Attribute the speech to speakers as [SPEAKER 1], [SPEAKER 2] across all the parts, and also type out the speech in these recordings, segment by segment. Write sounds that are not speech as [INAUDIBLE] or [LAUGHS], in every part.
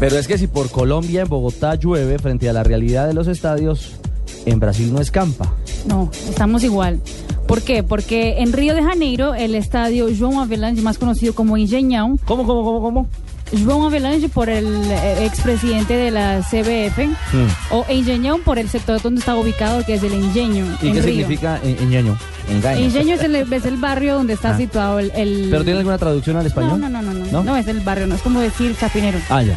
[SPEAKER 1] Pero es que si por Colombia en Bogotá llueve frente a la realidad de los estadios, en Brasil no escampa.
[SPEAKER 2] No, estamos igual. ¿Por qué? Porque en Río de Janeiro, el estadio João Avelange, más conocido como Engenhão,
[SPEAKER 1] ¿Cómo, cómo, cómo, cómo?
[SPEAKER 2] João Avelange por el eh, expresidente de la CBF,
[SPEAKER 1] Hmm.
[SPEAKER 2] o Engenhão por el sector donde está ubicado, que es el Engenho.
[SPEAKER 1] ¿Y
[SPEAKER 2] en
[SPEAKER 1] qué
[SPEAKER 2] Río.
[SPEAKER 1] significa en- engaño? Engaño.
[SPEAKER 2] Engenho es el, es el barrio donde está
[SPEAKER 1] Ah.
[SPEAKER 2] situado el... el-
[SPEAKER 1] ¿Pero tiene alguna traducción al
[SPEAKER 2] no,
[SPEAKER 1] español?
[SPEAKER 2] no, no, no, no, no, es el barrio, no es como decir chapinero.
[SPEAKER 1] Ah, ya.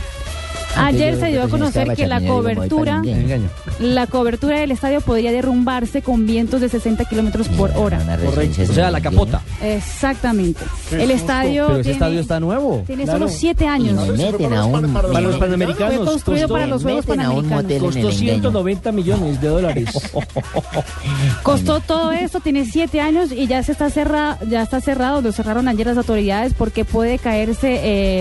[SPEAKER 1] Ah,
[SPEAKER 2] Ayer se dio a conocer que la cobertura...
[SPEAKER 1] Engaño.
[SPEAKER 2] La cobertura del estadio podría derrumbarse con vientos de 60 kilómetros por hora.
[SPEAKER 1] O sea, la capota.
[SPEAKER 2] Exactamente. El estadio.
[SPEAKER 1] Pero ese
[SPEAKER 2] tiene-
[SPEAKER 1] estadio está nuevo.
[SPEAKER 2] Tiene solo siete años.
[SPEAKER 3] meten a un,
[SPEAKER 4] Para los
[SPEAKER 2] Fue
[SPEAKER 4] panamericanos
[SPEAKER 2] construido
[SPEAKER 4] costó,
[SPEAKER 1] pues,
[SPEAKER 2] para los Juegos
[SPEAKER 3] meten a un motel
[SPEAKER 2] Panamericanos.
[SPEAKER 3] en
[SPEAKER 4] costó
[SPEAKER 3] el engaño.
[SPEAKER 4] 190 millones de
[SPEAKER 3] [LAUGHS]
[SPEAKER 4] dólares.
[SPEAKER 2] Costó todo esto, tiene siete años y ya se está cerrado, ya está cerrado, lo cerraron ayer las autoridades porque puede caerse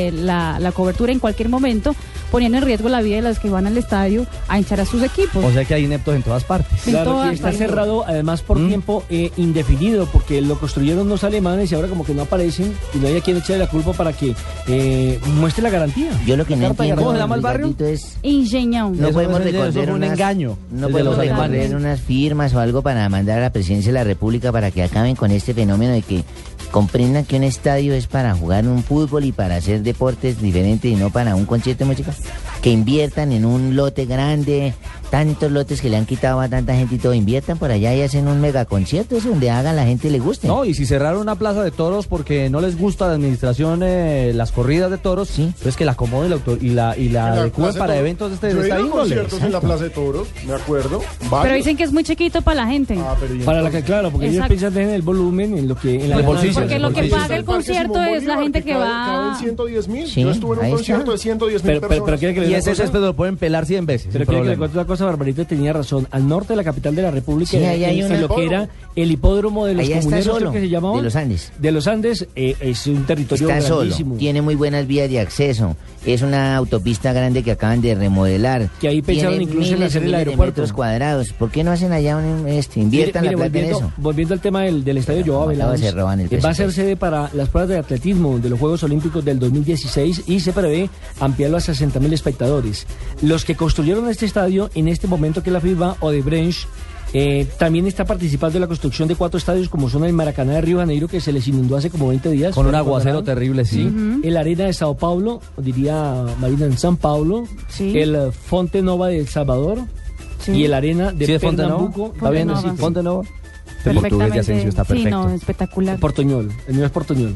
[SPEAKER 2] eh, la, la cobertura en cualquier momento, poniendo en riesgo la vida de los que van al estadio a hinchar a sus equipos.
[SPEAKER 1] O sea que hay ineptos en todas partes.
[SPEAKER 2] En
[SPEAKER 4] Claro,
[SPEAKER 2] todas
[SPEAKER 4] y está
[SPEAKER 2] partes.
[SPEAKER 4] cerrado además por
[SPEAKER 3] ¿Mm?
[SPEAKER 4] tiempo eh, indefinido, porque lo construyeron los alemanes y ahora como que no aparecen y no hay a quien echarle la culpa para que eh, muestre la garantía.
[SPEAKER 3] Yo lo que no
[SPEAKER 1] ¿Cómo se
[SPEAKER 3] entiendo,
[SPEAKER 1] llama el
[SPEAKER 3] Luis
[SPEAKER 1] barrio?
[SPEAKER 3] Galdito, es
[SPEAKER 2] Ingeniado.
[SPEAKER 3] no
[SPEAKER 1] Eso
[SPEAKER 3] podemos
[SPEAKER 1] no es de- eso
[SPEAKER 3] recoger
[SPEAKER 1] fue un
[SPEAKER 3] unas-
[SPEAKER 1] engaño
[SPEAKER 3] no
[SPEAKER 1] de
[SPEAKER 3] podemos
[SPEAKER 1] los
[SPEAKER 3] recoger
[SPEAKER 1] alemanes.
[SPEAKER 3] unas firmas o algo para mandar a la presidencia de la República para que acaben con este fenómeno de que comprendan que un estadio es para jugar un fútbol y para hacer deportes diferentes y no para un concierto de música. Que inviertan en un lote grande, tantos lotes que le han quitado a tanta gente y todo, inviertan por allá y hacen un mega concierto, es donde haga la gente le guste.
[SPEAKER 1] No, y si cerraron una plaza de toros porque no les gusta la administración eh, las corridas de toros,
[SPEAKER 3] Sí.
[SPEAKER 1] pues que la acomoden la autor- y la, y la
[SPEAKER 5] En la
[SPEAKER 1] adecúen
[SPEAKER 5] Plaza de
[SPEAKER 1] para
[SPEAKER 5] Toros.
[SPEAKER 1] eventos de, este,
[SPEAKER 5] Yo
[SPEAKER 1] de
[SPEAKER 5] he
[SPEAKER 1] esta
[SPEAKER 5] ido a
[SPEAKER 1] índole.
[SPEAKER 5] conciertos en la Plaza de Toros, me acuerdo.
[SPEAKER 2] Pero
[SPEAKER 5] varios.
[SPEAKER 2] dicen que es muy chiquito para la gente.
[SPEAKER 5] Ah, pero y
[SPEAKER 4] Para la que, claro, porque
[SPEAKER 2] Exacto.
[SPEAKER 4] ellos piensan en el volumen, en lo que... En
[SPEAKER 1] El bolsillo.
[SPEAKER 2] Porque lo que
[SPEAKER 1] Porque
[SPEAKER 2] paga el
[SPEAKER 5] Parque Simón
[SPEAKER 2] concierto es la
[SPEAKER 5] Bolívar,
[SPEAKER 2] gente que
[SPEAKER 5] cabe-
[SPEAKER 2] va.
[SPEAKER 5] caben 110 mil.
[SPEAKER 3] Sí,
[SPEAKER 5] Yo estuve en
[SPEAKER 3] ahí
[SPEAKER 5] un
[SPEAKER 3] está.
[SPEAKER 5] concierto de 110 mil
[SPEAKER 4] Pero, pero, pero
[SPEAKER 5] personas.
[SPEAKER 4] quiere que le
[SPEAKER 1] Y
[SPEAKER 4] diga
[SPEAKER 1] ese
[SPEAKER 4] una cosa?
[SPEAKER 3] este
[SPEAKER 1] césped lo pueden pelar 100 veces.
[SPEAKER 4] Pero
[SPEAKER 1] sin
[SPEAKER 4] quiere que le
[SPEAKER 1] problema.
[SPEAKER 4] cuente una cosa, Barbarita tenía razón. Al norte de la capital de la República,
[SPEAKER 3] Sí, ahí hay
[SPEAKER 4] en
[SPEAKER 3] un
[SPEAKER 4] lo que era el hipódromo de los
[SPEAKER 3] Allá está
[SPEAKER 4] comuneros, creo
[SPEAKER 3] solo,
[SPEAKER 4] que se llamaba.
[SPEAKER 3] de los Andes.
[SPEAKER 4] De los Andes, eh, es un territorio
[SPEAKER 3] Está solo,
[SPEAKER 4] grandísimo.
[SPEAKER 3] tiene muy buenas vías de acceso, es una autopista grande que acaban de remodelar.
[SPEAKER 4] Que ahí pensaron
[SPEAKER 3] Tiene
[SPEAKER 4] incluso en
[SPEAKER 3] miles
[SPEAKER 4] hacer
[SPEAKER 3] y
[SPEAKER 4] el
[SPEAKER 3] miles de
[SPEAKER 4] aeropuerto.
[SPEAKER 3] metros cuadrados. ¿Por qué no hacen allá un este? Inviertan
[SPEAKER 4] Mire,
[SPEAKER 3] la
[SPEAKER 4] mire,
[SPEAKER 3] plata en
[SPEAKER 4] volviendo,
[SPEAKER 3] eso.
[SPEAKER 4] volviendo al tema del, del estadio Joao
[SPEAKER 3] como todos
[SPEAKER 4] Velázquez,
[SPEAKER 3] se roban el
[SPEAKER 4] va a ser
[SPEAKER 3] presupuesto.
[SPEAKER 4] sede para las pruebas de atletismo de los Juegos Olímpicos del 2016 y se prevé ampliarlo a 60.000 espectadores. Los que construyeron este estadio en este momento que es la FIBA o de Branch eh, también está participando en la construcción de cuatro estadios como son el Maracaná de Río de Janeiro que se les inundó hace como 20 días.
[SPEAKER 1] Con un
[SPEAKER 4] ¿se
[SPEAKER 1] aguacero
[SPEAKER 4] acordarán?
[SPEAKER 1] terrible, sí.
[SPEAKER 4] El Arena de Sao Paulo, diría Marina en San Paulo.
[SPEAKER 2] Sí.
[SPEAKER 4] El eh, Fonte Nova de El Salvador.
[SPEAKER 2] Sí.
[SPEAKER 4] Y el Arena de
[SPEAKER 1] ¿Sí es Fontenova?
[SPEAKER 4] Pernambuco.
[SPEAKER 1] ¿Está bien?
[SPEAKER 2] Fontenova, sí.
[SPEAKER 1] Fontenova. El portugués de
[SPEAKER 2] Perfectamente.
[SPEAKER 1] Asensio está
[SPEAKER 2] Sí,
[SPEAKER 1] perfecto.
[SPEAKER 2] no, espectacular.
[SPEAKER 4] Portoñol, el mío es Portoñol.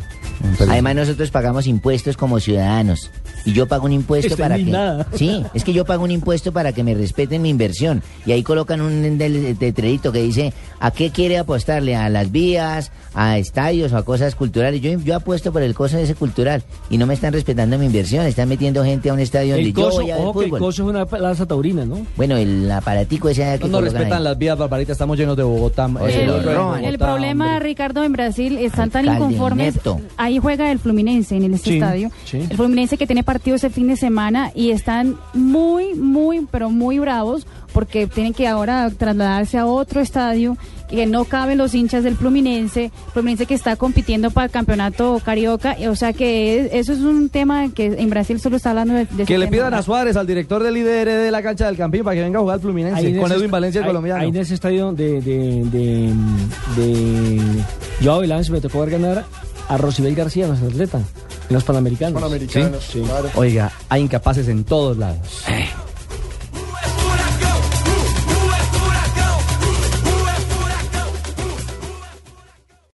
[SPEAKER 3] Además nosotros pagamos impuestos como ciudadanos y yo pago un impuesto
[SPEAKER 4] Está
[SPEAKER 3] para que
[SPEAKER 4] indignada.
[SPEAKER 3] sí, es que yo pago un impuesto para que me respeten mi inversión y ahí colocan un del- letrerito que dice a qué quiere apostarle a las vías, a estadios o a cosas culturales. Yo, yo apuesto por el coso ese cultural y no me están respetando mi inversión, están metiendo gente a un estadio donde
[SPEAKER 4] El
[SPEAKER 3] yo
[SPEAKER 4] coso,
[SPEAKER 3] voy a ver
[SPEAKER 4] ojo que el
[SPEAKER 3] fútbol.
[SPEAKER 4] coso es una plaza taurina, ¿no?
[SPEAKER 3] Bueno, el aparatico ese que
[SPEAKER 1] No nos
[SPEAKER 3] colocan
[SPEAKER 1] respetan
[SPEAKER 3] ahí.
[SPEAKER 1] las vías, Barbarita. Estamos llenos de Bogotá.
[SPEAKER 3] Oye,
[SPEAKER 1] eh,
[SPEAKER 3] lo
[SPEAKER 1] de
[SPEAKER 3] roban.
[SPEAKER 2] El, el
[SPEAKER 1] Bogotá,
[SPEAKER 2] problema,
[SPEAKER 1] hombre.
[SPEAKER 2] Ricardo, en Brasil están tan
[SPEAKER 3] Alcalde
[SPEAKER 2] inconformes.
[SPEAKER 3] inepto.
[SPEAKER 2] Ahí juega el Fluminense en ese
[SPEAKER 4] Sí,
[SPEAKER 2] estadio.
[SPEAKER 4] sí.
[SPEAKER 2] El Fluminense que tiene partido ese fin de semana y están muy, muy, pero muy bravos porque tienen que ahora trasladarse a otro estadio que no caben los hinchas del Fluminense. Fluminense que está compitiendo para el campeonato carioca. O sea que es- eso es un tema que en Brasil solo está hablando de. de
[SPEAKER 1] Que
[SPEAKER 2] ese
[SPEAKER 1] le
[SPEAKER 2] tema.
[SPEAKER 1] pidan a Suárez, al director del IDR de la cancha del Campín, para que venga a jugar al Fluminense.
[SPEAKER 4] en
[SPEAKER 1] con
[SPEAKER 4] ese
[SPEAKER 1] Edwin
[SPEAKER 4] est-
[SPEAKER 1] Valencia, el
[SPEAKER 4] ahí-
[SPEAKER 1] colombiano.
[SPEAKER 4] Ahí en ese estadio de, de, de, de Joao Velázquez me tocó ver ganar a Rosibel García, nuestra atleta, en los Panamericanos.
[SPEAKER 5] Panamericanos,
[SPEAKER 4] Sí, sí.
[SPEAKER 5] claro.
[SPEAKER 1] Oiga, hay incapaces en todos lados.